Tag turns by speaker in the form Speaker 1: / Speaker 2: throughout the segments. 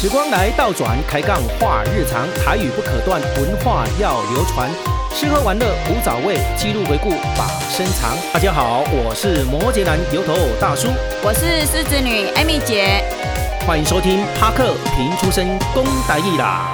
Speaker 1: 时光来倒转，开杠话日常，台语不可断，文化要流传。吃喝玩乐无早味，记录回顾把身藏。大家好，我是摩羯男油头大叔，
Speaker 2: 我是狮子女艾米姐。
Speaker 1: 欢迎收听帕克平出身公大义啦。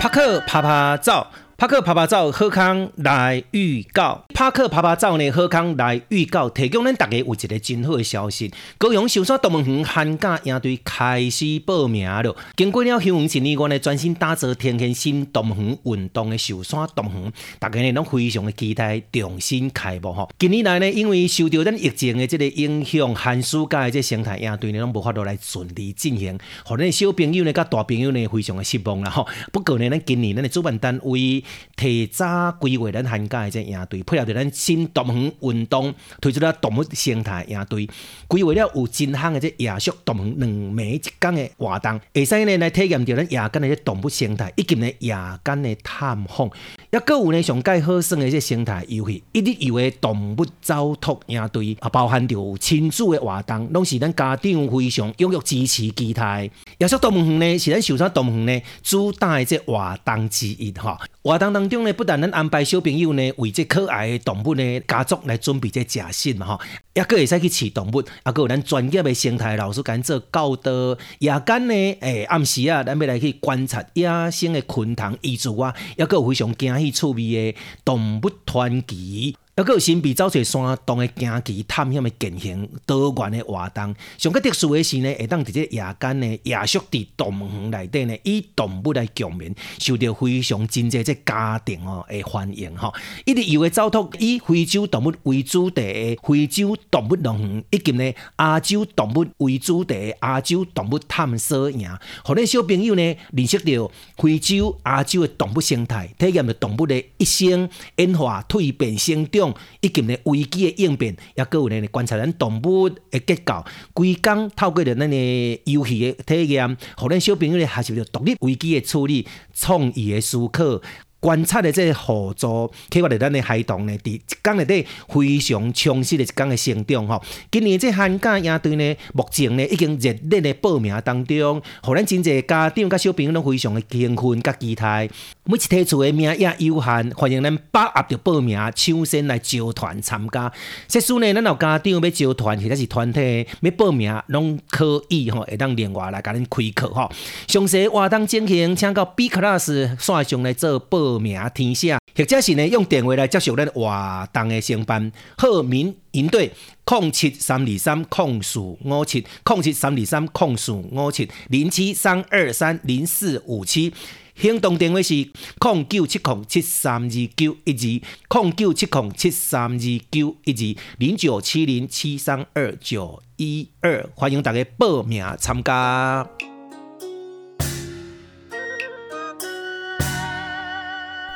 Speaker 1: 帕克啪啪照，帕克啪啪照，好康来预告。帕克啪啪照呢，好康来预告，提供咱大家有一个真好的消息。高雄秀山动物园寒假营队开始报名了。经过了休园一年，我呢专心打造天天新动物园运动的秀山动物园，大家呢拢非常的期待重新开幕吼。近年来呢，因为受到咱疫情的这个影响，寒暑假的这生态营队呢，拢无法度来顺利进行，互咱的小朋友呢、甲大朋友呢，非常的失望啦吼。不过呢，咱今年咱的主办单位提早规划咱寒假的这营队，配合着咱新动物园运动推出了动物生态营队，规划了有真项的这野宿动物园两暝一天的活动，会使呢来体验着咱夜间的这动物生态，以及呢夜间的探访，抑佫有呢上介好耍的这生态游戏，一日游的动物走托营队，啊包含着有亲子的活动，拢是咱家长非常踊跃支持期待的。野宿动物园呢是咱秀山动物园呢主打的这活动之一吼。活动当中呢，不但咱安排小朋友呢为这可爱的动物呢家族来准备这食食嘛吼，也佫会使去饲动物，也佫有咱专业的生态老师甲咱做教导。夜间呢，诶、暗时啊，咱要来去观察野生的昆虫遗珠啊，也佫有非常惊喜趣味的动物传奇。啊还佫有新秘走找山洞的惊奇探险的进行多元的活动。上较特殊的是呢，会当伫这夜间呢，夜宿伫动物园内底呢，以动物来共鸣，受到非常真济这家庭哦的欢迎吼。一直游的走托以非洲动物为主题的非洲动物乐园，以及呢亚洲动物为主题的亚洲动物探索营，互咱小朋友呢认识到非洲、亚洲的动物生态，体验着动物的一生演化、蜕变、生长，以及呢危机的应变，也佫有呢观察咱动物的结构。规工透过着咱的游戏的体验，互咱小朋友呢学习着独立危机的处理、创意的思考。观察的这个互助，启发着咱的孩童呢，伫一天内底非常充实的一天的成长吼。今年这寒假营队呢，目前呢已经热烈的报名当中，互咱真侪家长甲小朋友拢非常的兴奋甲期待。每一题厝的名额有限，欢迎咱把握着报名，抢先来招团参加。即使呢，咱有家长要招团或者是团体要报名，拢可以吼，会当另外来甲恁开课吼。详细活动进行，请到 B Class 线上来做报名填写，或者是呢用电话来接受咱活动的承办。鹤鸣营队零七三二三零四五七零七三二三零四五七零七三二三零四五七。行动电话是零九七零七三二九一二零九七零七三二九一二零九七零七三二九一二，欢迎大家报名参加。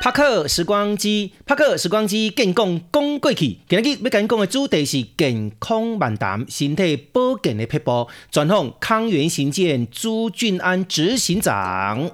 Speaker 1: 拍克时光机，拍克时光机，健康讲过去。今日要甲你讲的主题是健康漫谈，身体保健的撇步。专访康源行健朱俊安执行长。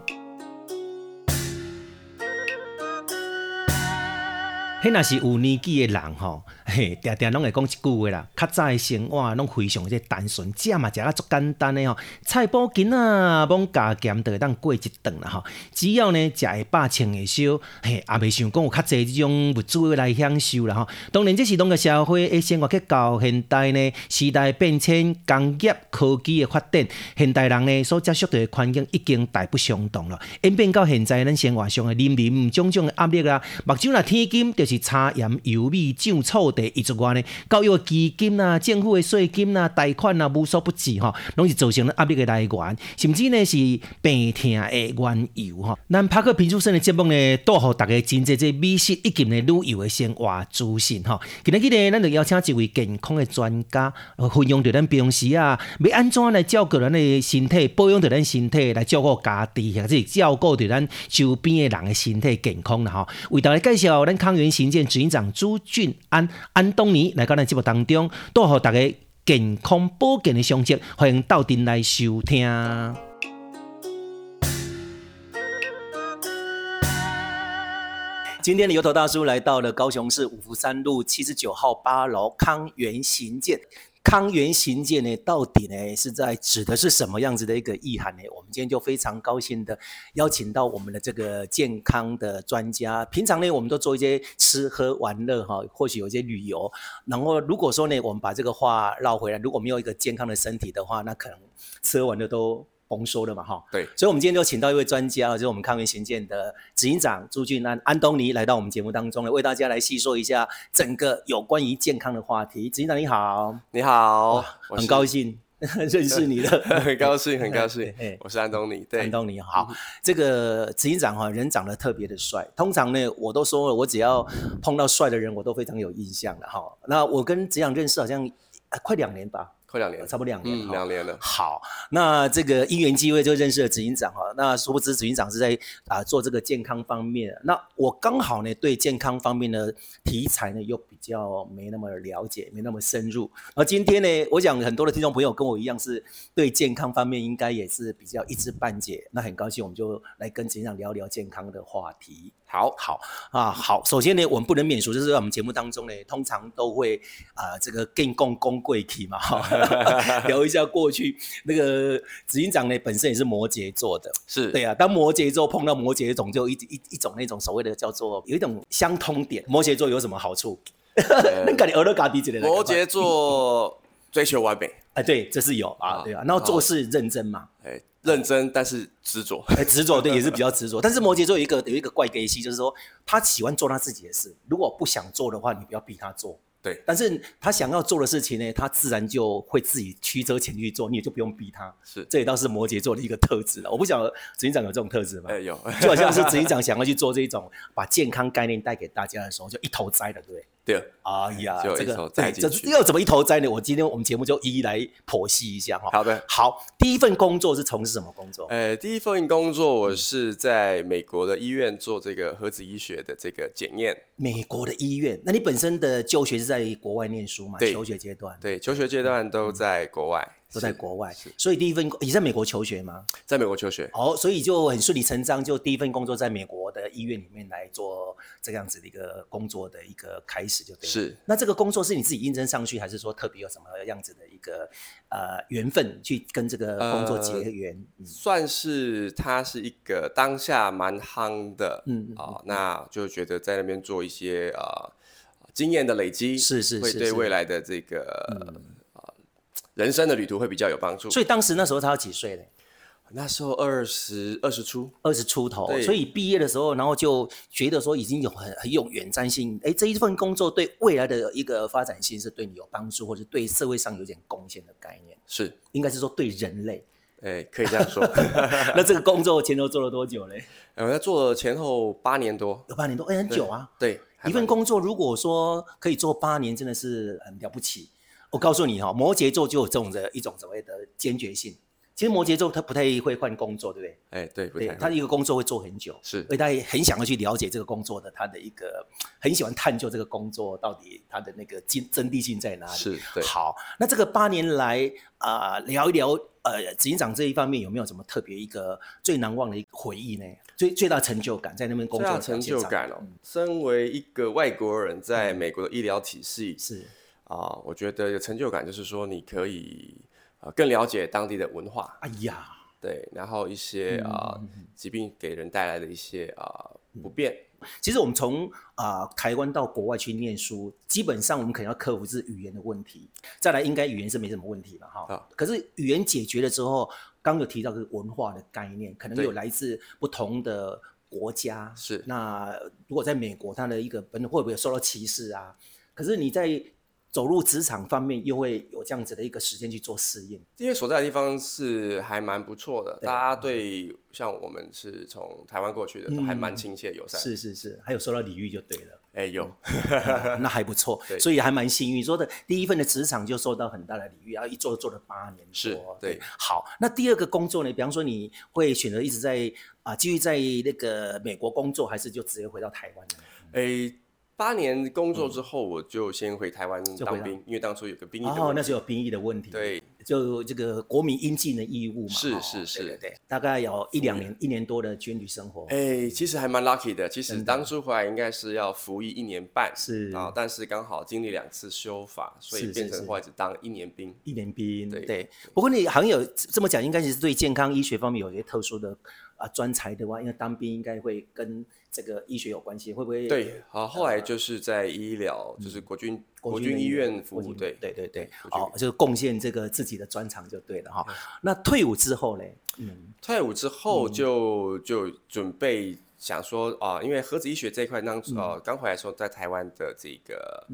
Speaker 1: 迄若是有年纪的人吼，嘿，常常拢会讲一句话啦。较早的生活拢非常即单纯，食嘛食啊足简单诶吼，菜脯囡仔罔加减就会当过一顿啦吼。只要呢食会饱，穿会烧，嘿，也袂想讲有较侪即种物资来享受啦吼。当然，这是拢个社会诶生活结构，现代呢时代变迁，工业科技的发展，现代人呢所接触到的环境已经大不相同了。演变到现在，咱生活上的林林种种的压力啦，目睭若天金就是茶盐、油米、酱醋茶，以及外呢，教育的基金啊、政府的税金啊、贷款啊，无所不至吼，拢是造成咱压力的来源，甚至呢是病痛的缘由吼。咱拍克平主生的节目呢，带互大家真济这美食以及呢旅游的生活资讯吼。今日呢，咱就邀请一位健康的专家，呃分享着咱平时啊，要安怎来照顾咱的身体，保养着咱身体，来照顾家己，或者是照顾着咱周边的人的身体健康啦吼。为大家介绍咱康源行健执行长朱俊安安东尼来到咱节目当中，带互大家健康保健的相识，欢迎到阵来收听。今天的油头大叔来到了高雄市五福三路七十九号八楼康源行健。康源行健呢，到底呢是在指的是什么样子的一个意涵呢？我们今天就非常高兴的邀请到我们的这个健康的专家。平常呢，我们都做一些吃喝玩乐哈，或许有一些旅游。然后如果说呢，我们把这个话绕回来，如果没有一个健康的身体的话，那可能吃喝玩乐都甭说了嘛哈。
Speaker 3: 对，
Speaker 1: 所以，我们今天就请到一位专家，就是我们康源行健的执行长朱俊安安东尼来到我们节目当中呢，为大家来细说一下整个有关于健康的话题。执行长你好，
Speaker 3: 你好，我
Speaker 1: 很
Speaker 3: 是
Speaker 1: 高，兴 认识你
Speaker 3: 很
Speaker 1: 的。
Speaker 3: 高兴，很高
Speaker 1: 哎
Speaker 3: 兴
Speaker 1: 哎哎，
Speaker 3: 我是安东尼，对
Speaker 1: 安，东尼好，这个执行长哈、人长得特别的帅。通常呢，我都说了，我只要碰到帅的人，我都非常有印象的哈、那我跟执行长认识好像、呃快两年吧，
Speaker 3: 快两年，
Speaker 1: 差不多两年哈、
Speaker 3: 嗯，两年了，
Speaker 1: 好，那这个因缘机会就认识了执行长哈。那殊不知执行长是在啊、做这个健康方面。那我刚好呢对健康方面的题材呢又比较没那么了解，没那么深入。而今天呢，我想很多的听众朋友跟我一样是对健康方面应该也是比较一知半解。那很高兴我们就来跟执行长聊聊健康的话题。
Speaker 3: 好，
Speaker 1: 好啊，好。首先呢，我们不能免俗，就是在我们节目当中呢，通常都会啊、这个更共公贵体嘛，哈， 聊一下过去那个执行长呢，本身也是摩羯座的，
Speaker 3: 是，
Speaker 1: 对啊。当摩羯座碰到摩羯总，就有一一一种那种所谓的叫做有一种相通点。摩羯座有什么好处？
Speaker 3: 呃
Speaker 1: 那感觉俄勒嘎迪之类的。
Speaker 3: 摩羯座追求完美，
Speaker 1: 哎，对，这是有啊，
Speaker 3: 啊
Speaker 1: 对啊。然后做
Speaker 3: 好
Speaker 1: 事认真嘛，
Speaker 3: 哎，认真但是执着，
Speaker 1: 哎，执着对也是比较执着，但是摩羯座有一个有一个怪根系，就是说他喜欢做他自己的事，如果不想做的话，你不要逼他做。
Speaker 3: 对，
Speaker 1: 但是他想要做的事情呢，他自然就会自己曲折前去做，你也就不用逼他。
Speaker 3: 是，
Speaker 1: 这也倒是摩羯座的一个特质了。我不晓得执行长有这种特质吗？
Speaker 3: 哎，有，
Speaker 1: 就好像是执行长想要去做这种把健康概念带给大家的时候，就一头栽了，对不对？
Speaker 3: 对，啊
Speaker 1: 哎呀，
Speaker 3: 就
Speaker 1: 这个
Speaker 3: 一头
Speaker 1: 对，
Speaker 3: 栽进
Speaker 1: 这
Speaker 3: 去
Speaker 1: 又怎么一头栽呢？我今天我们节目就一一来剖析一下哈。
Speaker 3: 好的。
Speaker 1: 好，第一份工作是从事什么工作？
Speaker 3: 呃，第一份工作我是在美国的医院做这个核子医学的这个检验，
Speaker 1: 美国的医院，那你本身的就学是在国外念书嘛？
Speaker 3: 对
Speaker 1: 求学阶段
Speaker 3: 对，求学阶段都在国外，
Speaker 1: 哦都在
Speaker 3: 是
Speaker 1: 国外，所以第一份工你在美国求学吗？
Speaker 3: 在美国求学，
Speaker 1: 哦，所以就很顺理成章，就第一份工作在美国的医院里面来做这样子的一个工作的一个开始，就对了。
Speaker 3: 是，
Speaker 1: 那这个工作是你自己应征上去，还是说特别有什么样子的一个呃缘分去跟这个工作结
Speaker 3: 呃
Speaker 1: 缘？嗯
Speaker 3: 算是它是一个当下蛮夯的，
Speaker 1: 嗯嗯
Speaker 3: 啊、那就觉得在那边做一些呃经验的累积，
Speaker 1: 是是
Speaker 3: 会
Speaker 1: 是
Speaker 3: 对
Speaker 1: 是
Speaker 3: 未来的这个、呃人生的旅途会比较有帮助。
Speaker 1: 所以当时那时候他要几岁呢？
Speaker 3: 那时候二十二十出，
Speaker 1: 二十出头，
Speaker 3: 对
Speaker 1: 所以毕业的时候，然后就觉得说已经有很很有远瞻性，哎，这一份工作对未来的一个发展性是对你有帮助，或者对社会上有点贡献的概念，
Speaker 3: 是，
Speaker 1: 应该是说对人类。
Speaker 3: 哎，可以这样说。
Speaker 1: 那这个工作前头做了多久嘞？
Speaker 3: 呃我在做了前后八年多，
Speaker 1: 有八年多，哎，很久啊。
Speaker 3: 对，还
Speaker 1: 一份
Speaker 3: 蛮
Speaker 1: 工作如果说可以做八年，真的是很了不起。我告诉你哈、摩羯座就有这种的一种所谓的坚决性。其实摩羯座他不太会换工作，对不对？
Speaker 3: 哎，对，不
Speaker 1: 对
Speaker 3: 太
Speaker 1: 他哎
Speaker 3: 会
Speaker 1: 一个工作会做很久，
Speaker 3: 是
Speaker 1: 所以他也很想要去了解这个工作的他的一个，很喜欢探究这个工作到底它的那个真真谛性在哪里。
Speaker 3: 是，对。
Speaker 1: 好，那这个八年来啊、呃聊一聊呃，执行长这一方面有没有什么特别一个最难忘的一个回忆呢？最最大成就感在那边工作
Speaker 3: 最大
Speaker 1: 的
Speaker 3: 的成
Speaker 1: 表现
Speaker 3: 就
Speaker 1: 上嗯
Speaker 3: 感哦，身为一个外国人，在美国的医疗体系
Speaker 1: 是
Speaker 3: 啊，我觉得有成就感，就是说你可以呃更了解当地的文化，
Speaker 1: 哎呀，
Speaker 3: 对，然后一些
Speaker 1: 嗯
Speaker 3: 啊、疾病给人带来的一些啊、不便，
Speaker 1: 其实我们从啊、呃台湾到国外去念书，基本上我们可能要克服是语言的问题，再来应该语言是没什么问题了哈。
Speaker 3: 啊
Speaker 1: 可是语言解决了之后，刚有提到这个文化的概念，可能
Speaker 3: 对
Speaker 1: 有来自不同的国家。
Speaker 3: 是
Speaker 1: 那如果在美国，它的一个本会不会有受到歧视啊？可是你在走入职场方面，又会有这样子的一个时间去做适应。
Speaker 3: 因为所在的地方是还蛮不错的，
Speaker 1: 对啊
Speaker 3: 大家对像我们是从台湾过去的，
Speaker 1: 嗯
Speaker 3: 还蛮亲切友善，
Speaker 1: 是是是，还有受到礼遇就对了。
Speaker 3: 哎有
Speaker 1: 啊那还不错，
Speaker 3: 对
Speaker 1: 所以还蛮幸运。说的第一份的职场就受到很大的礼遇，然后一做做了八年多，
Speaker 3: 是对
Speaker 1: 好，那第二个工作呢？比方说你会选择一直在啊继续在那个美国工作，还是就直接回到台湾呢？
Speaker 3: 哎。八年工作之后，我就先回台湾
Speaker 1: 嗯就回
Speaker 3: 当
Speaker 1: 到
Speaker 3: 兵，因为当初有个兵役的
Speaker 1: 哦，
Speaker 3: 问
Speaker 1: 那哦
Speaker 3: 题。
Speaker 1: 时候有兵役的问题，
Speaker 3: 对，
Speaker 1: 就这个国民应尽的义务嘛。
Speaker 3: 是
Speaker 1: 哦
Speaker 3: 是是
Speaker 1: 对对对，大概有一两年一年多的军旅生活。
Speaker 3: 哎、其实还蛮 lucky 的。其实当初回来应该是要服役一年半，
Speaker 1: 是
Speaker 3: 然后但是刚好经历两次修法，所以
Speaker 1: 是是
Speaker 3: 变成
Speaker 1: 是
Speaker 3: 后来只当一年兵。
Speaker 1: 一年兵，
Speaker 3: 对
Speaker 1: 不过你好像有这么讲，应该是对健康医学方面有些特殊的啊专才的话，因为当兵应该会跟这个医学有关系，会不会？
Speaker 3: 对，好，后来就是在医疗，就是国军国军医院服
Speaker 1: 国
Speaker 3: 务，
Speaker 1: 军
Speaker 3: 对
Speaker 1: 对对对，
Speaker 3: 国军
Speaker 1: 哦，就是贡献这个自己的专长就对了哈。那退伍之后嘞，嗯，
Speaker 3: 退伍之后就、就准备想说啊、因为核子医学这一块当初呃刚回来的时候，在台湾的这个啊、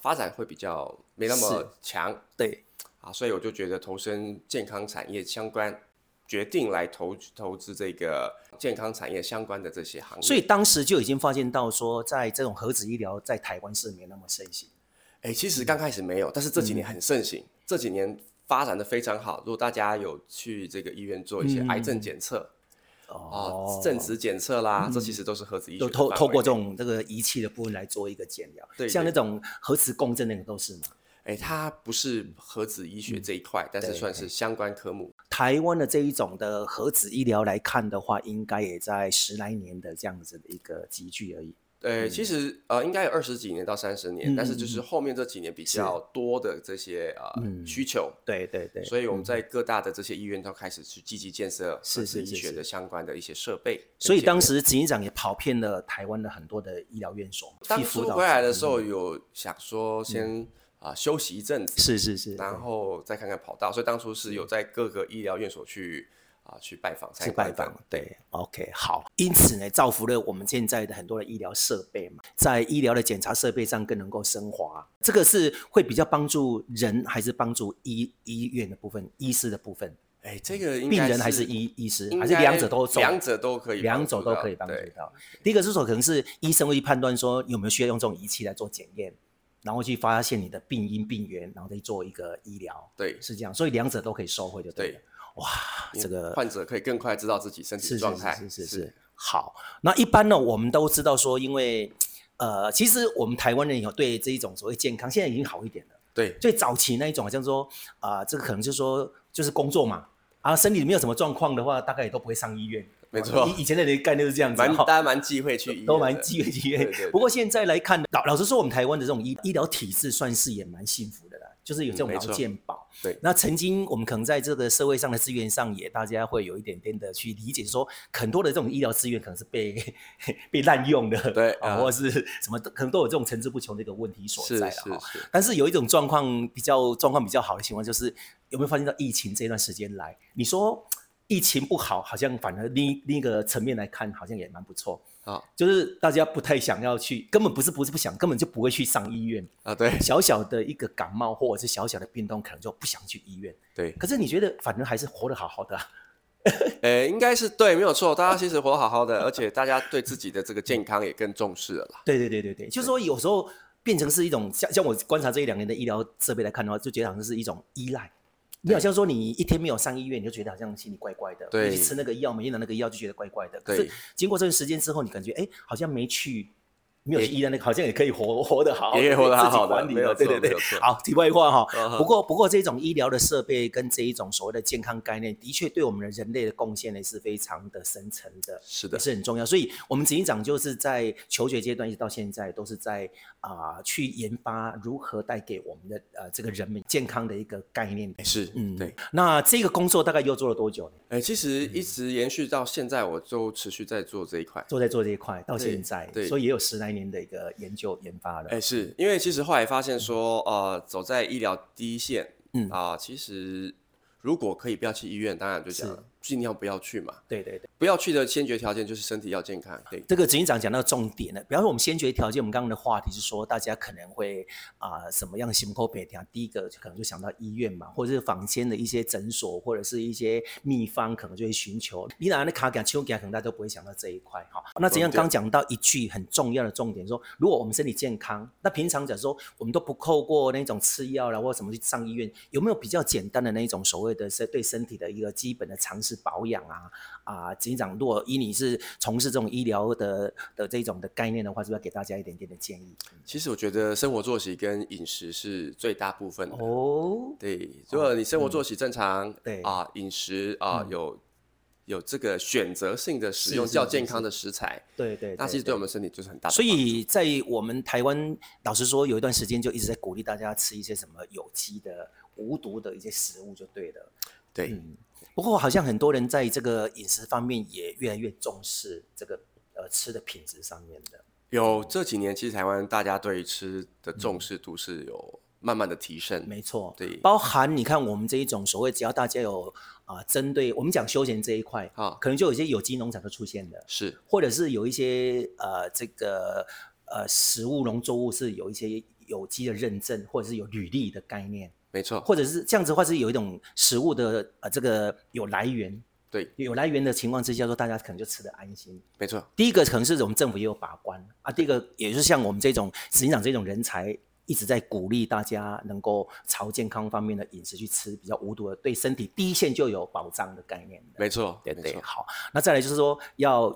Speaker 3: 发展会比较没那么
Speaker 1: 是
Speaker 3: 强
Speaker 1: 对，
Speaker 3: 啊，所以我就觉得投身健康产业相关，决定来投投资这个健康产业相关的这些行业。
Speaker 1: 所以当时就已经发现到说，在这种核子医疗在台湾是没那么盛行。
Speaker 3: 哎，其实刚开始没有，但是这几
Speaker 1: 嗯
Speaker 3: 年很盛行，这几年发展的非常好。如果大家有去这个医院做一些癌
Speaker 1: 嗯
Speaker 3: 症检测啊、正直检测啦，这其实都是核子医学
Speaker 1: 就
Speaker 3: 的
Speaker 1: 哦嗯透
Speaker 3: 范
Speaker 1: 透过
Speaker 3: 围
Speaker 1: 这种这个仪器的部分来做一个检疗，
Speaker 3: 对
Speaker 1: 像
Speaker 3: 对
Speaker 1: 那种核磁共振那个都是嘛。
Speaker 3: 哎，它不是核子医学这一块，但是
Speaker 1: 嗯对
Speaker 3: 算是相关科目。
Speaker 1: 台湾的这一种的核子医疗来看的话，应该也在十来年的这样子的一个集聚而已。
Speaker 3: 呃，
Speaker 1: 嗯
Speaker 3: 其实呃，应该有二十几年到三十年，但是就是后面这几年比较多的这些呃
Speaker 1: 嗯
Speaker 3: 需求，
Speaker 1: 对对对，嗯
Speaker 3: 所以我们在各大的这些医院都开始去积极建设
Speaker 1: 是
Speaker 3: 核子
Speaker 1: 是
Speaker 3: 医
Speaker 1: 是
Speaker 3: 学
Speaker 1: 是
Speaker 3: 的相关的一些设备跟检验。
Speaker 1: 所以当时执行长也跑遍了台湾的很多的医疗院所，
Speaker 3: 当
Speaker 1: 去辅
Speaker 3: 初
Speaker 1: 导
Speaker 3: 回来的
Speaker 1: 学
Speaker 3: 时候有想说先啊休息一阵子，
Speaker 1: 嗯生，是是是，
Speaker 3: 然后再看看跑道，所以当初是有在各个医疗院所去啊去拜访参
Speaker 1: 去拜
Speaker 3: 观的
Speaker 1: 访，对，OK，好。因此呢，造福了我们现在的很多的医疗设备嘛，在医疗的检查设备上更能够升华。这个是会比较帮助人，还是帮助医医院的部分、医师的部分？
Speaker 3: 哎，这个
Speaker 1: 嗯
Speaker 3: 应
Speaker 1: 病
Speaker 3: 该
Speaker 1: 人还是医医师，
Speaker 3: 应
Speaker 1: 还是
Speaker 3: 该
Speaker 1: 两者都做？
Speaker 3: 两者都可以帮助到，
Speaker 1: 两种都可以帮助
Speaker 3: 对
Speaker 1: 到。第一个是说，可能是医生会去判断说有没有需要用这种仪器来做检验，然后去发现你的病因病源，然后再做一个医疗，
Speaker 3: 对
Speaker 1: 是这样。所以两者都可以收回就对了。
Speaker 3: 对
Speaker 1: 哇，啊这个
Speaker 3: 患者可以更快知道自己身体
Speaker 1: 是
Speaker 3: 的状态，
Speaker 1: 是是是是。好，那一般呢，我们都知道说，因为呃，其实我们台湾人有对这一种所谓健康，现在已经好一点了。
Speaker 3: 对
Speaker 1: 最早期那一种，好像说啊、这个可能就是说就是工作嘛，啊，身体里面有什么状况的话，大概也都不会上医院。
Speaker 3: 没错
Speaker 1: 以以前的人概念是这样子，
Speaker 3: 蛮
Speaker 1: 哈
Speaker 3: 大家蛮忌讳去医院
Speaker 1: 都
Speaker 3: 的
Speaker 1: 蛮积极
Speaker 3: 对
Speaker 1: 的
Speaker 3: 对对。
Speaker 1: 不过现在来看，老老实说，我们台湾的这种医医疗体制算是也蛮幸福的啦，就是有这种
Speaker 3: 嗯没
Speaker 1: 劳
Speaker 3: 错
Speaker 1: 健保。
Speaker 3: 对
Speaker 1: 那曾经我们可能在这个社会上的资源上，也大家会有一点点的去理解说，很多的这种医疗资源可能是被 被滥用的，
Speaker 3: 对
Speaker 1: 啊，
Speaker 3: 啊
Speaker 1: 或者是什么都，可能都有这种层出不穷的一个问题所
Speaker 3: 是
Speaker 1: 在了
Speaker 3: 是
Speaker 1: 哈。
Speaker 3: 是，
Speaker 1: 但是有一种状况比较状况比较好的情况，就是有没有发现到疫情这段时间来，你说疫情不好，好像反而另另一个层面来看，好像也蛮不错。
Speaker 3: 好
Speaker 1: 就是大家不太想要去，根本不是不是不想，根本就不会去上医院。
Speaker 3: 啊，对
Speaker 1: 小小的一个感冒或者是小小的病痛，可能就不想去医院。
Speaker 3: 对，
Speaker 1: 可是你觉得，反正还是活得好好的啊、
Speaker 3: 呃，应该是对，没有错，大家其实活得好好的，而且大家对自己的这个健康也更重视了啦。
Speaker 1: 对对对对对，就是说有时候变成是一种像像我观察这一两年的医疗设备来看的话，就觉得好像是一种依赖。你好像说你一天没有上医院，你就觉得好像心里怪怪的。
Speaker 3: 对
Speaker 1: 你去吃那个药，每天拿那个药就觉得怪怪的。可
Speaker 3: 对
Speaker 1: 是经过这段时间之后，你感觉哎，好像没去，没有去医院那个，好像也可以活活得好好的，
Speaker 3: 也可以活得好
Speaker 1: 自己
Speaker 3: 好的
Speaker 1: 管理
Speaker 3: 没有
Speaker 1: 了。对
Speaker 3: 错
Speaker 1: 对
Speaker 3: 没
Speaker 1: 对
Speaker 3: 有错，
Speaker 1: 好，题外话
Speaker 3: 嗯
Speaker 1: 哈。
Speaker 3: 哼
Speaker 1: 不过不过，这种医疗的设备跟这一种所谓的健康概念，的确对我们的人类的贡献呢是非常的深层的。
Speaker 3: 是
Speaker 1: 也
Speaker 3: 的，
Speaker 1: 是很重要。所以，我们执行长就是在求学阶段一直到现在，都是在啊、去研发如何带给我们的呃这个人们健康的一个概念。
Speaker 3: 是，
Speaker 1: 嗯，
Speaker 3: 对。。
Speaker 1: 那这个工作大概又做了多久呢？
Speaker 3: 哎，其实一直延续到现在，我都持续在做这一块。
Speaker 1: 做在做这一块到
Speaker 3: 对
Speaker 1: 现在，
Speaker 3: 对
Speaker 1: 所以也有十来年的一个研究研发了。
Speaker 3: 哎，是因为其实后来发现说，呃，走在医疗第一线，
Speaker 1: 嗯
Speaker 3: 啊、其实如果可以不要去医院，当然就讲
Speaker 1: 是
Speaker 3: 尽量不要去嘛。
Speaker 1: 对对对，
Speaker 3: 不要去的先决条件就是身体要健康。对，
Speaker 1: 这个执行长讲到重点了。比方说，我们先决条件，我们刚刚的话题是说，大家可能会啊、什么样的心口北条？第一个就可能就想到医院嘛，或者是坊间的一些诊所，或者是一些秘方，可能就会寻求。你拿那卡给秋给，可能大家都不会想到这一块哈。那怎样？
Speaker 3: 对
Speaker 1: 刚讲到一句很重要的重点，说如果我们身体健康，那平常讲说我们都不透过那种吃药啦或者什么去上医院，有没有比较简单的那一种所谓的是对身体的一个基本的常是保养啊啊，警长，如果依你是从事这种医疗的的这种的概念的话，是不是要给大家一点点的建议？
Speaker 3: 其实我觉得生活作息跟饮食是最大部分的。
Speaker 1: 哦，嗯
Speaker 3: 对，如果你生活作息正常，
Speaker 1: 对嗯
Speaker 3: 啊，饮食啊有有这个选择性的使
Speaker 1: 是
Speaker 3: 用
Speaker 1: 是
Speaker 3: 较
Speaker 1: 是
Speaker 3: 健
Speaker 1: 是
Speaker 3: 康的食材，
Speaker 1: 对对
Speaker 3: 那其实对我们身体就是很大的帮助。
Speaker 1: 所以在我们台湾，老实说，有一段时间就一直在鼓励大家吃一些什么有机的、无毒的一些食物，就对了。
Speaker 3: 对，
Speaker 1: 嗯，不过好像很多人在这个饮食方面也越来越重视这个呃吃的品质上面的。
Speaker 3: 有这几年，其实台湾大家对于吃的重视度是有慢慢的提升。
Speaker 1: 没错，
Speaker 3: 嗯对
Speaker 1: 包含你看我们这一种所谓只要大家有啊、针对我们讲休闲这一块
Speaker 3: 啊
Speaker 1: 可能就有一些有机农场就出现了，
Speaker 3: 是
Speaker 1: 或者是有一些呃这个呃食物农作物是有一些有机的认证，或者是有履历的概念。
Speaker 3: 没错，
Speaker 1: 或者是这样子的话，是有一种食物的呃这个有来源，
Speaker 3: 对，
Speaker 1: 有来源的情况之下，说大家可能就吃得安心。
Speaker 3: 没错，
Speaker 1: 第一个可能是我们政府也有把关啊，第一个也是像我们这种执行长这种人才。一直在鼓励大家能够朝健康方面的饮食去吃比较无毒的，对身体第一线就有保障的概念的。
Speaker 3: 没错，
Speaker 1: 对
Speaker 3: 没
Speaker 1: 对，
Speaker 3: 错
Speaker 1: 好。那再来就是说要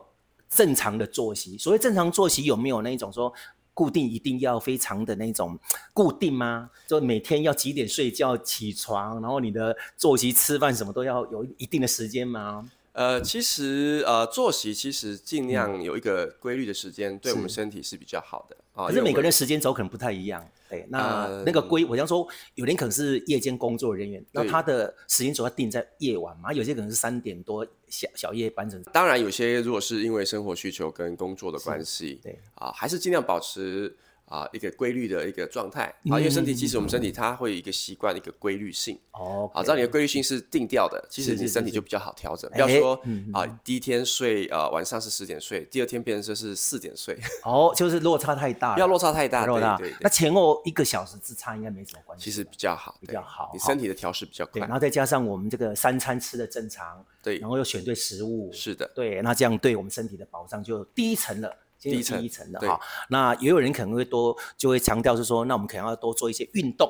Speaker 1: 正常的作息，所谓正常作息有没有那一种说固定一定要非常的那种固定吗？就每天要几点睡觉、起床，然后你的作息、吃饭什么都要有一定的时间吗？
Speaker 3: 呃，其实呃，作息其实尽量有一个规律的时间，对我们
Speaker 1: 是
Speaker 3: 身体是比较好的啊。
Speaker 1: 可
Speaker 3: 因
Speaker 1: 是
Speaker 3: 为
Speaker 1: 每
Speaker 3: 我
Speaker 1: 个人
Speaker 3: 们
Speaker 1: 的时间轴可能不太一样，对，那
Speaker 3: 呃
Speaker 1: 那个规，我想说，有人可能是夜间工作人员，那他的时间轴要定在夜晚嘛，有些可能是三点多小小夜班整，
Speaker 3: 当然有些如果是因为生活需求跟工作的关系，
Speaker 1: 对
Speaker 3: 啊，还是尽量保持啊一个规律的一个状态啊，
Speaker 1: 嗯
Speaker 3: 因为身体其实我们身体它会有一个习惯一个规律性。
Speaker 1: 哦，
Speaker 3: 啊，只要你的规律性是定调的，其实
Speaker 1: 是
Speaker 3: 你
Speaker 1: 是
Speaker 3: 身体
Speaker 1: 是
Speaker 3: 就比较好调整。
Speaker 1: 哎
Speaker 3: 不要说
Speaker 1: 嗯
Speaker 3: 啊，第一天睡呃晚上是十点睡，第二天变成就是四点 睡，
Speaker 1: 哦，就是落差太大了，
Speaker 3: 不要落差太大。
Speaker 1: 肉
Speaker 3: 对
Speaker 1: 啦
Speaker 3: 对，
Speaker 1: 那
Speaker 3: 对，
Speaker 1: 前后一个小时之差应该没什么关系。
Speaker 3: 其实比较好，
Speaker 1: 比
Speaker 3: 对
Speaker 1: 较好
Speaker 3: 你
Speaker 1: 好
Speaker 3: 身体的调试比较
Speaker 1: 对，
Speaker 3: 快
Speaker 1: 然。后再加上我们这个三餐吃的正常，
Speaker 3: 对
Speaker 1: 然，后又选对食物，
Speaker 3: 是的，
Speaker 1: 对，那这样对我们身体的保障就第一层了。先有
Speaker 3: 第一层
Speaker 1: 第一层的
Speaker 3: 对
Speaker 1: 哈，那也有人可能会多就会强调是说，那我们可能要多做一些运动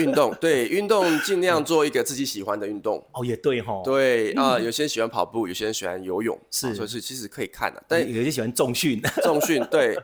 Speaker 3: 运动对运动尽量做一个自己喜欢的运动。
Speaker 1: 哦，也对哈，，
Speaker 3: 对啊，有些人喜欢跑步，有些人喜欢游泳，啊
Speaker 1: 是
Speaker 3: 所以是其实可以看 的。但
Speaker 1: 有些喜欢重训，
Speaker 3: 重训对，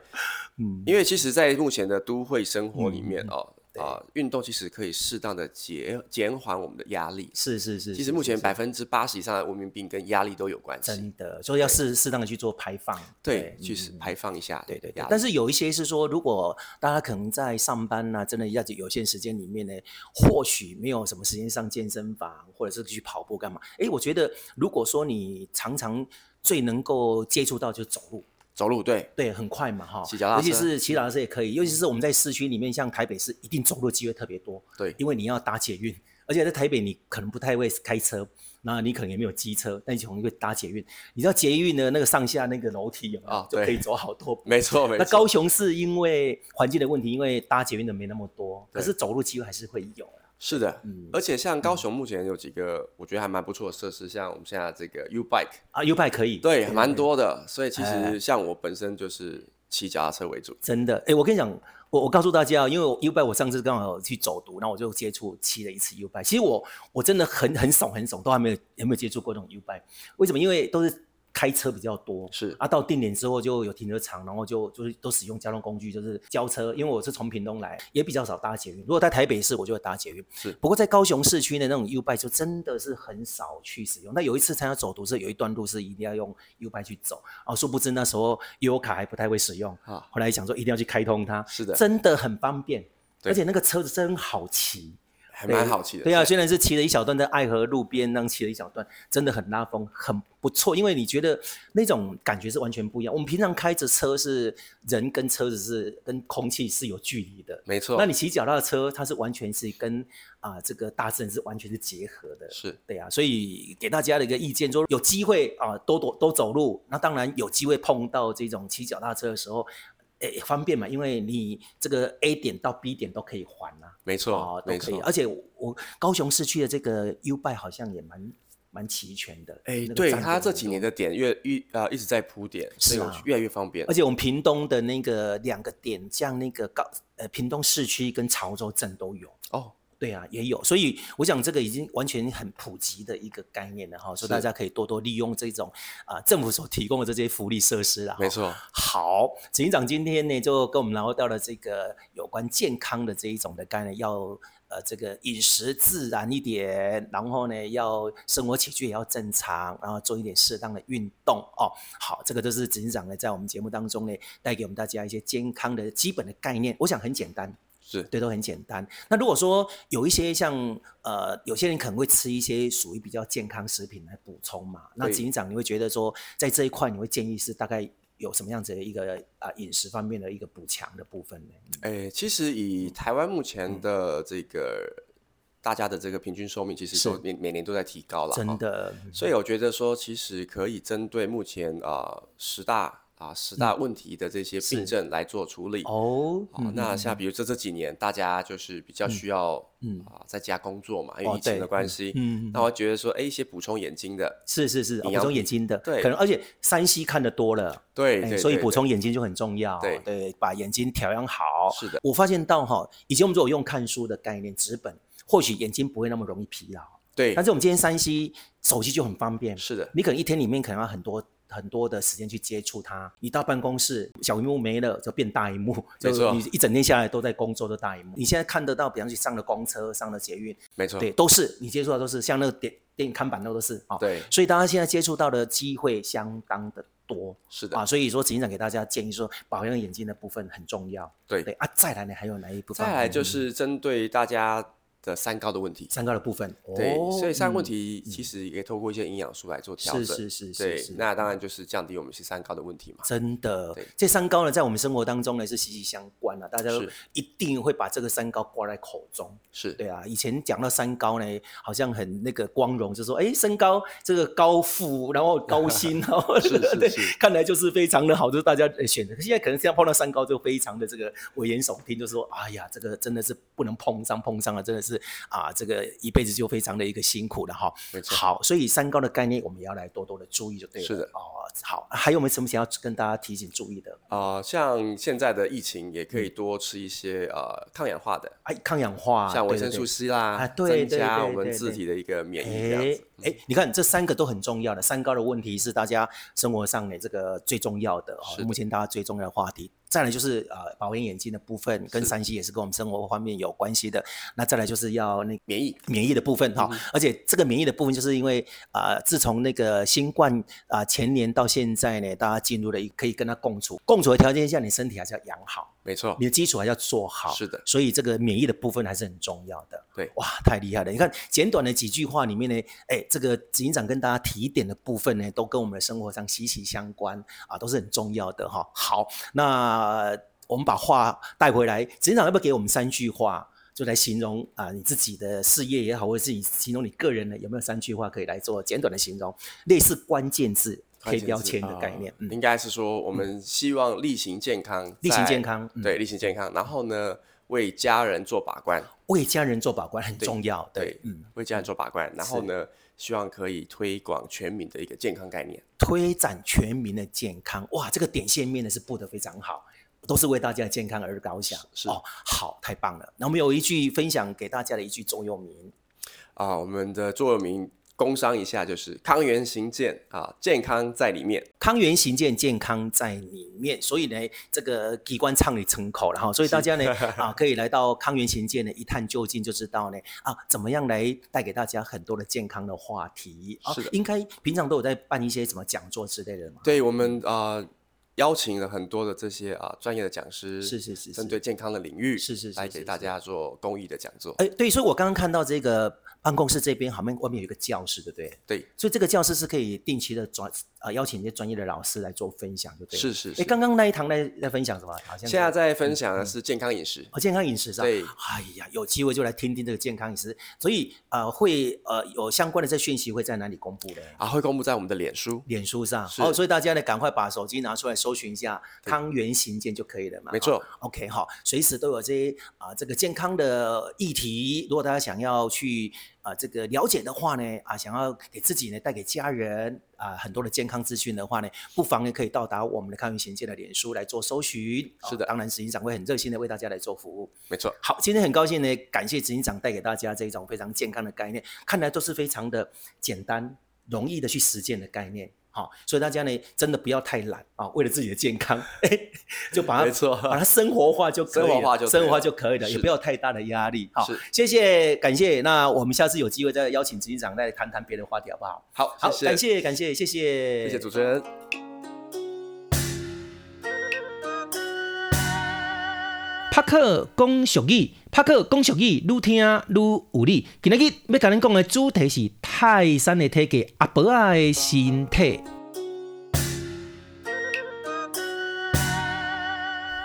Speaker 1: 嗯，
Speaker 3: 因为其实，在目前的都会生活里面哦
Speaker 1: 对
Speaker 3: 啊，运动其实可以适当的减减缓我们的压力，
Speaker 1: 是是是，
Speaker 3: 其
Speaker 1: 是
Speaker 3: 实目前
Speaker 1: 是
Speaker 3: 百分之八十以上的文明病跟压力都有关系。
Speaker 1: 真的，所以要适适当的去做排放，
Speaker 3: 对，去
Speaker 1: 嗯
Speaker 3: 是排放一下。
Speaker 1: 对对对
Speaker 3: 压，力
Speaker 1: 但是有一些是说，如果大家可能在上班呐、真的要有限时间里面呢，或许没有什么时间上健身房，或者是去跑步干嘛？诶，我觉得如果说你常常最能够接触到就是走路，
Speaker 3: 走路对，
Speaker 1: 对，很快嘛哈，
Speaker 3: 骑脚踏
Speaker 1: 尤其
Speaker 3: 车嗯
Speaker 1: 是骑脚踏车也可以，尤其是我们在市区里面，像台北市一定走路的机会特别多，
Speaker 3: 对
Speaker 1: 因为你要搭捷运，而且在台北你可能不太会开车。那你可能也没有机车，那你可能会搭捷运。你知道捷运的那个上下那个楼梯有没有
Speaker 3: 啊
Speaker 1: 就
Speaker 3: 对
Speaker 1: 可以走好多步。
Speaker 3: 没错 没
Speaker 1: 那
Speaker 3: 错。
Speaker 1: 高雄是因为环境的问题，因为搭捷运的没那么多，可
Speaker 3: 对
Speaker 1: 是走路机会还是会有啦
Speaker 3: 是的
Speaker 1: 嗯，
Speaker 3: 而且像高雄目前有几个我觉得还蛮不错的设施，像我们现在这个 U Bike，
Speaker 1: 啊。U 拜可以，
Speaker 3: 对，蛮多的。所以其
Speaker 1: 哎
Speaker 3: 实像我本身就是骑脚踏车为主，
Speaker 1: 真的。哎，我跟你讲，我我告诉大家，因为我 U 拜我上次刚好有去走读，然后我就接触骑了一次 U 拜。其实我我真的很很怂很怂，都还没有有没有接触过这种 U 拜。为什么？因为都是开车比较多，
Speaker 3: 是
Speaker 1: 啊，到定点之后就有停车场，然后就就是都使用交通工具，就是交车。因为我是从屏东来，也比较少搭捷运。如果在台北市，我就会搭捷运。
Speaker 3: 是
Speaker 1: 不过在高雄市区的那种 U bike 就真的是很少去使用。那有一次参加走读是有一段路是一定要用 U bike 去走，啊，殊不知那时候 U 卡还不太会使用，
Speaker 3: 啊，
Speaker 1: 后来想说一定要去开通它，
Speaker 3: 是的
Speaker 1: 真的很方便，
Speaker 3: 对
Speaker 1: 而且那个车子真好骑。
Speaker 3: 还
Speaker 1: 对
Speaker 3: 蛮好骑的。
Speaker 1: 对啊，
Speaker 3: 是
Speaker 1: 虽然是骑了一小段在爱河路边，那样骑了一小段，真的很拉风，很不错。因为你觉得那种感觉是完全不一样。我们平常开着车是人跟车子是跟空气是有距离的，
Speaker 3: 没错。
Speaker 1: 那你骑脚踏车，它是完全是跟啊、这个大自然是完全是结合的。
Speaker 3: 是
Speaker 1: 对啊，所以给大家的一个意见，说有机会啊、多多多走路。那当然有机会碰到这种骑脚踏车的时候，诶、方便嘛，因为你这个 A 点到 B 点都可以环啊。
Speaker 3: 没
Speaker 1: 哦
Speaker 3: 错，，
Speaker 1: 都
Speaker 3: 没
Speaker 1: 可以。
Speaker 3: 错。
Speaker 1: 而且我高雄市区的这个 U b i 好像也蛮蛮齐全的。
Speaker 3: 哎
Speaker 1: 那，个
Speaker 3: 对
Speaker 1: 站点
Speaker 3: 它这
Speaker 1: 很
Speaker 3: 几
Speaker 1: 多
Speaker 3: 年，的点越一啊一直在铺点，所以
Speaker 1: 是
Speaker 3: 我
Speaker 1: 啊
Speaker 3: 越来越方便
Speaker 1: 而。且我们屏东的那个两个点，像那个高呃屏东市区跟潮州镇都有。
Speaker 3: 哦，
Speaker 1: 对啊，也有，所以我想这个已经完全很普及的一个概念了哈，所以大家可以多多利用这种啊、政府所提供的这些福利设施啦。
Speaker 3: 没错，
Speaker 1: 好，执行长今天呢就跟我们聊到了这个有关健康的这一种的概念，要呃这个饮食自然一点，然后呢要生活起居也要正常，然后做一点适当的运动哦。好，这个都是执行长呢在我们节目当中呢带给我们大家一些健康的基本的概念，我想很简单。
Speaker 3: 是
Speaker 1: 对，都很简单。那如果说有一些像呃，有些人可能会吃一些属于比较健康食品来补充嘛。那
Speaker 3: 对
Speaker 1: 警长，你会觉得说在这一块，你会建议是大概有什么样子的一个啊、饮食方面的一个补强的部分呢？
Speaker 3: 诶，其实
Speaker 1: 嗯
Speaker 3: 以台湾目前的这个大家的这个平均寿命，其实
Speaker 1: 是
Speaker 3: 都每每年都在提高了，
Speaker 1: 真
Speaker 3: 哦。
Speaker 1: 的，
Speaker 3: 所以我觉得说，其实可以针对目前啊十大啊十大问题的这些
Speaker 1: 嗯是
Speaker 3: 病症来做处理。
Speaker 1: 哦，
Speaker 3: 啊，那像比如这这几年，大家就是比较需要
Speaker 1: 嗯
Speaker 3: 啊在家工作嘛，因
Speaker 1: 哦
Speaker 3: 为疫情
Speaker 1: 对
Speaker 3: 的关系。
Speaker 1: 嗯，
Speaker 3: 那我觉得说，哎，一些补充眼睛的，
Speaker 1: 是是是，哦
Speaker 3: 营
Speaker 1: 补
Speaker 3: 养
Speaker 1: 充眼
Speaker 3: 品
Speaker 1: 睛的，
Speaker 3: 对
Speaker 1: 可能而且山西看的多了。
Speaker 3: 对
Speaker 1: 哎
Speaker 3: 对，
Speaker 1: 所以
Speaker 3: 对
Speaker 1: 补
Speaker 3: 对
Speaker 1: 充眼睛就很重要，
Speaker 3: 对
Speaker 1: 把眼睛调养好。
Speaker 3: 是的，
Speaker 1: 我发现到哈，以前我们如果用看书的概念，纸本，或许眼睛不会那么容易疲劳，但
Speaker 3: 对，
Speaker 1: 是我们今天山西手机就很方便，
Speaker 3: 是的，
Speaker 1: 你可能一天里面可能要很多。很多的时间去接触它，一到办公室，小荧幕没了就变大荧幕，就
Speaker 3: 没
Speaker 1: 是
Speaker 3: 错
Speaker 1: 你一整天下来都在工作的大荧幕。你现在看得到，比方说上了公车、上了捷运，
Speaker 3: 没错，
Speaker 1: 对，都是你接触到都是像那个电电影看板那都是啊。哦
Speaker 3: 对
Speaker 1: 所以大家现在接触到的机会相当的多
Speaker 3: 是
Speaker 1: 啊，
Speaker 3: 的，
Speaker 1: 所以说执行长给大家建议说，保养眼睛的部分很重要。
Speaker 3: 对
Speaker 1: 对。啊，再来呢还有哪一部分？嗯
Speaker 3: 再来就是针对大家的三高的问题，
Speaker 1: 三高的部分。
Speaker 3: 对，所以三
Speaker 1: 嗯
Speaker 3: 个问题其实也可以透过一些营养素来做调整。
Speaker 1: 是是是是
Speaker 3: 对
Speaker 1: 是，嗯
Speaker 3: 那当然就是降低我们一些三高的问题嘛。
Speaker 1: 真的
Speaker 3: 对，
Speaker 1: 这三高呢，在我们生活当中呢是息息相关啊的、大家都
Speaker 3: 是
Speaker 1: 一定会把这个三高挂在口中。
Speaker 3: 是，
Speaker 1: 对啊，以前讲到三高呢，好像很那个光荣，就说哎，身高这个高富，然后高 薪，然后
Speaker 3: 是 是
Speaker 1: 对
Speaker 3: 是
Speaker 1: 看来就是非常的好，就是大家呃选择。现在可能现在碰到三高就非常的这个危言耸听，就说哎呀，这个真的是不能碰上，碰上了真的是啊，这个一辈子就非常的一个辛苦了哈。
Speaker 3: 没错。
Speaker 1: 好，所以三高的概念我们也要来多多的注意就对了。
Speaker 3: 是的
Speaker 1: 哦，好，还有没有什么想要跟大家提醒注意的？
Speaker 3: 啊、像现在的疫情，也可以
Speaker 1: 嗯
Speaker 3: 多吃一些呃抗氧化的，
Speaker 1: 哎，抗氧化，
Speaker 3: 像维
Speaker 1: 对
Speaker 3: 生
Speaker 1: 对
Speaker 3: 素
Speaker 1: 对
Speaker 3: C 啦，
Speaker 1: 啊对
Speaker 3: 增加
Speaker 1: 对
Speaker 3: 我
Speaker 1: 对
Speaker 3: 们
Speaker 1: 对
Speaker 3: 自
Speaker 1: 对
Speaker 3: 体的一个免疫这样
Speaker 1: 哎
Speaker 3: 子。嗯
Speaker 1: 哎，你看这三个都很重要的，三高的问题是大家生活上的这个最重要的
Speaker 3: 是
Speaker 1: 哦，
Speaker 3: 的
Speaker 1: 目前大家最重要的话题。再来就是呃保养眼睛的部分，跟
Speaker 3: 是
Speaker 1: 山西也是跟我们生活方面有关系的。那再来就是要那
Speaker 3: 免疫嗯
Speaker 1: 免疫的部分哈，而且这个免疫的部分，就是因为啊、呃自从那个新冠啊、呃前年到现在呢，大家进入了一可以跟它共处，共处的条件下，你身体还是要养好，
Speaker 3: 没错
Speaker 1: 你，的基础还是要做好。
Speaker 3: 是的
Speaker 1: 所以这个免疫的部分还是很重要的。
Speaker 3: 对
Speaker 1: 哇，太厉害了！你看简短的几句话里面呢，哎，这个执行长跟大家提点的部分呢，都跟我们的生活上息息相关啊，都是很重要的哈、好，那我们把话带回来，执行长要不要给我们三句话？就来形容啊，你自己的事业也好，或者是你形容你个人呢，有没有三句话可以来做简短的形容，类似关键字、贴
Speaker 3: 关键字
Speaker 1: 标签的概
Speaker 3: 啊
Speaker 1: 念？嗯，
Speaker 3: 应该是说我们希望例行健康，
Speaker 1: 例行
Speaker 3: 在
Speaker 1: 健康嗯
Speaker 3: 对，例行健康，然后呢，为家人做把关，
Speaker 1: 为家人做把关很
Speaker 3: 对
Speaker 1: 重要。
Speaker 3: 对，
Speaker 1: 嗯，
Speaker 3: 为家人做把关，然后
Speaker 1: 是
Speaker 3: 呢，希望可以推广全民的一个健康概念。
Speaker 1: 推展全民的健康。哇，这个点线面呢是布得非常好，都是为大家的健康而着想。
Speaker 3: 是
Speaker 1: 哦，好，太棒了。那我们有一句分享给大家的一句座右铭，
Speaker 3: 啊，我们的座右铭工商一下就是康源行健啊，健康在里面。
Speaker 1: 康源行健，健康在里面。所以呢，这个机关唱你成口了哈。所以大 家呢啊，可以来到康源行健呢一探究竟，就知道呢啊，怎么样来带给大家很多的健康的话题啊
Speaker 3: 是的。
Speaker 1: 应该平常都有在办一些什么讲座之类的嘛？
Speaker 3: 对我们啊、呃邀请了很多的这些啊、专业的讲师，
Speaker 1: 是是是
Speaker 3: 针
Speaker 1: 是
Speaker 3: 对健康的领域，
Speaker 1: 是是是
Speaker 3: 来
Speaker 1: 是
Speaker 3: 给
Speaker 1: 是
Speaker 3: 大家做公益的讲座。
Speaker 1: 哎，对，所以我刚刚看到这个办公室这边好像外面有一个教室，对不对？
Speaker 3: 对，
Speaker 1: 所以这个教室是可以定期的转啊、呃邀请一些专业的老师来做分享，对不对？
Speaker 3: 是是
Speaker 1: 哎，
Speaker 3: 是。
Speaker 1: 刚刚那一堂在在分享什么？好像
Speaker 3: 现在
Speaker 1: 是
Speaker 3: 在分
Speaker 1: 嗯
Speaker 3: 享的是健康饮食，
Speaker 1: 哦，健康饮食上。
Speaker 3: 对
Speaker 1: 哎呀，有机会就来听听这个健康饮食。所以呃，会呃有相关的这讯息会在哪里公布呢？
Speaker 3: 啊，会公布在我们的脸书。
Speaker 1: 脸书上
Speaker 3: 是
Speaker 1: 哦，所以大家呢赶快把手机拿出来
Speaker 4: 搜寻一下康源行健就可以了嘛。
Speaker 3: 没错
Speaker 4: 哈 OK 好，随时都有这些啊、这个健康的议题，如果大家想要去啊、这个了解的话呢，啊想要给自己呢带给家人啊、很多的健康资讯的话呢，不妨呢可以到达我们的康源行健的脸书来做搜寻。啊
Speaker 3: 是的
Speaker 4: 当然执行长会很热心的为大家来做服务。
Speaker 3: 没错，
Speaker 4: 好，今天很高兴呢，感谢执行长带给大家这一种非常健康的概念，看来都是非常的简单、容易的去实践的概念。好、所以大家呢真的不要太懒啊，为了自己的健康， 就把它
Speaker 3: 没错
Speaker 4: 把它生活化就可以了，
Speaker 3: 生活化就对了
Speaker 4: 生活化就可以了，
Speaker 3: 是
Speaker 4: 也不要太大的压力。好
Speaker 3: 是，
Speaker 4: 谢谢，感谢。那我们下次有机会再邀请执行长再谈谈别的话题，好不好？
Speaker 3: 好，
Speaker 4: 好，
Speaker 3: 谢
Speaker 4: 感
Speaker 3: 谢，
Speaker 4: 谢，感谢，谢谢，
Speaker 3: 谢谢主持人。
Speaker 1: 拍克讲俗语，拍克讲俗语，愈听愈有理。今日要甲恁讲的主题是泰山的体格，阿伯仔的身体。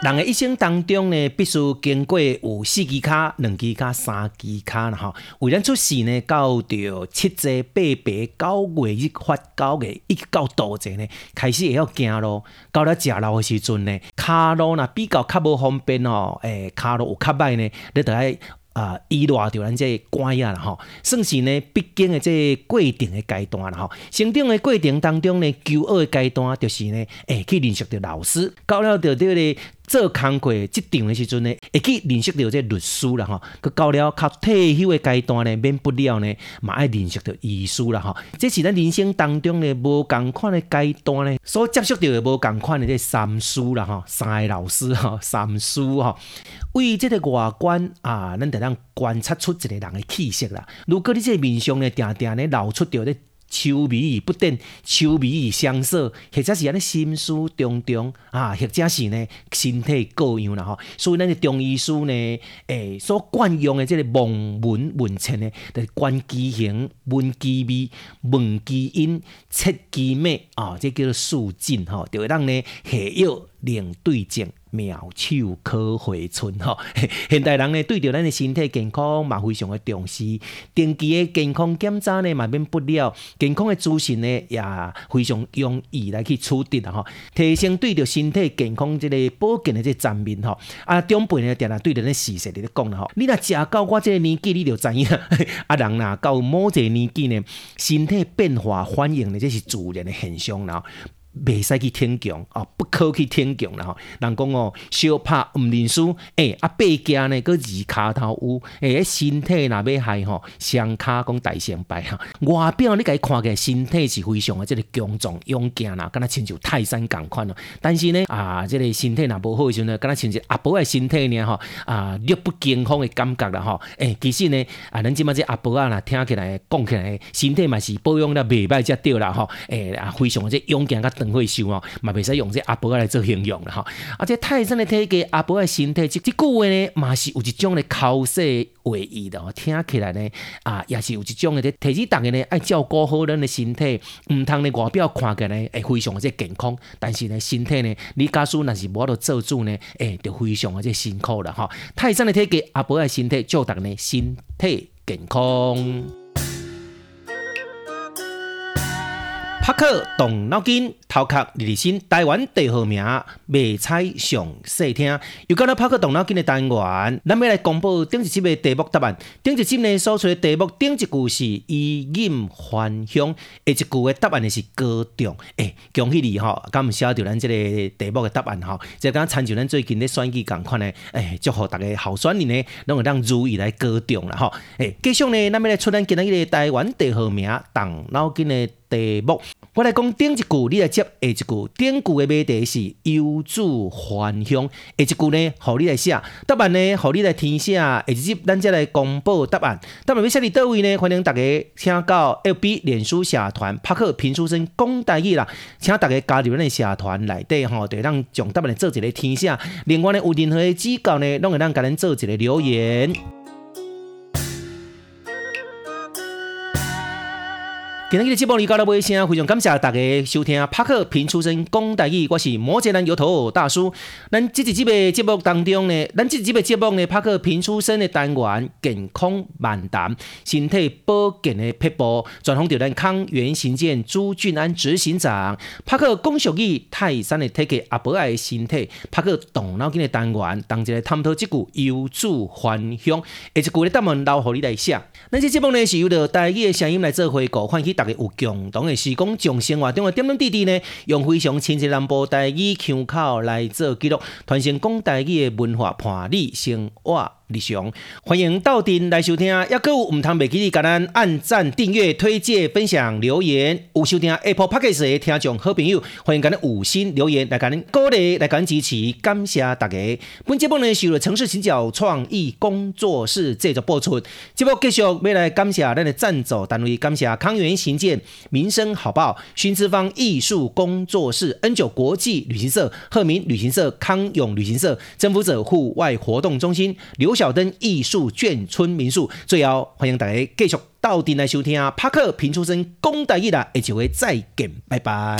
Speaker 1: 人的一生当中呢，必须经过有四支脚、两支脚、三支脚啦吼。为咱出世呢，到着七节、八白、九月一发九月，一直到倒者呢，开始会晓行路。到了食老的时阵呢，骹路若比较较无方便哦，诶、骹路有较歹呢，你得爱。啊，依赖着咱这个关啊啦吼，算是呢必经的这个过程的阶段啦吼。成长的过程当中呢，求学的阶段就是呢，诶、去认识着老师，到了着这个做工课即场的时阵呢，会去认识着这律师啦吼。佮到了较退休的阶段呢，免不了呢，嘛爱认识着医师啦吼。这是咱人生当中呢无共款的阶段呢，所接触到的无共款的这三师啦吼，三个老师吼，三师吼。为即个外观啊，咱得当观察出一个人的气色啦。如果你即个面上呢，定定咧流出着咧秋味与不定，秋味与相色，或者是安尼心思重重啊，或者是呢身体各样啦吼。所以咱的中医师呢，诶、所惯用的即个望闻问切呢，就是观其形、闻其味、闻其音、切其美啊，这叫做肃静吼，就会当呢下药令对症。妙手可回春吼、 嘿现代人呢，对着咱的身体健康嘛非常的重视，定期的健康检查呢嘛免不了，健康的资讯呢也非常容易来去取得啦吼，提升对着身体健康即个保健的即个层面吼，啊长辈呢定定对着咱事实咧讲啦吼，你若食到我即个年纪，你就知影， 啊人若到某一个年纪呢，身体变化反应呢，这是自然的现象啦吼。袂使去天强哦，不可去天强啦吼。人讲哦，小拍毋认输，诶、啊爬行呢，搁二骹头有，诶、身体若要害吼，双骹讲大成败哈。外表你家看起来身体是非常的即个强壮勇健啦，敢若亲像泰山共款哦。但是呢，啊，即、个身体若无好的时阵呢，敢若亲像阿婆的身体呢吼，啊，力不健康的感觉啦吼。诶、其实呢，啊，咱即摆这阿婆啊，若听起来讲起来，身体嘛是保养得袂歹才对啦吼。诶、啊，非常的这勇健甲长岁寿哦，嘛袂使用这阿婆来做形容啦吼。啊，这泰山的体格，阿婆的身体，即即句话呢，嘛是有一种咧口舌话意的哦，听起来呢，啊，也是有一种的提醒大家呢，爱照顾好咱的身体，毋通呢外表看起来呢，会非常的这健康，但是呢，身体呢，你假使若是无法度做主呢，诶、就非常的这辛苦啦吼。泰山的体格，阿婆的身体，祝大家呢身体健康。拍克动脑筋，头壳日日新。台湾地号名，未猜上细听。又到了拍克动脑筋的单元，咱要来公布顶一集的题目答案。顶一集呢所出的题目，顶一句是衣锦还乡，下一句的答案呢是高中。诶、恭喜你吼，敢毋写着咱即个题目的答案吼，即敢参照咱最近咧选举共款呢，诶、祝福逐个候选人呢，拢会当如意来高中啦吼。诶、继续呢，咱要来出咱今仔日的台湾地号名，动脑筋的。题目。我来讲顶一句，你来接下一句。顶句的谜题是游子还乡，下一句呢，互你来写。答案呢，互你来填写。下一集咱再来公布答案。答案要写伫倒位呢？欢迎大家请到 FB 脸书社团拍克评书声讲台语啦，请大家加入咱的社团内底吼，就让将答案来做一个填写。另外呢，有任何的指教呢，拢会咱甲咱做一个留言。今日的节目里到到尾声，非常感谢大家收听帕克平出身讲大语，我是摩羯男油头大叔。咱这一集的节目当中呢，咱这一集的节目呢，帕克平出身的单元健康漫谈、身体保健的撇步，专访到咱康源行健朱俊安执行长。帕克讲俗语，泰山的体格，阿伯爱的身体，帕克动脑筋的单元，同齐来探讨这句有主还乡，下一句咧答案留互你来写。咱这节目呢是由着台语的声音来做回顾，唤起大家有共同的时光，将生活中的点点滴滴呢，用非常亲切南部台语腔口来做记录，传承讲台语的文化伴你生活。日常，欢迎到店来收听，也搁有唔通袂记哩，甲咱按赞、订阅、推介、分享、留言。有收听 Apple Podcast 的听众好朋友，欢迎甲咱五星留言来甲咱鼓励，来甲咱支持，感谢大家。本节目呢是由城市行脚创意工作室制作播出。节目继续要来感谢咱的赞助单位，感谢康源行健、民生好报、薰之方艺术工作室、N 九国际旅行社、鹤鸣旅行社、康永旅行社、征服者户外活动中心、刘小灯艺术眷村民宿。最后，欢迎大家继续到店来收听啊！帕克平出身，公大一啦，下一回再见，拜拜。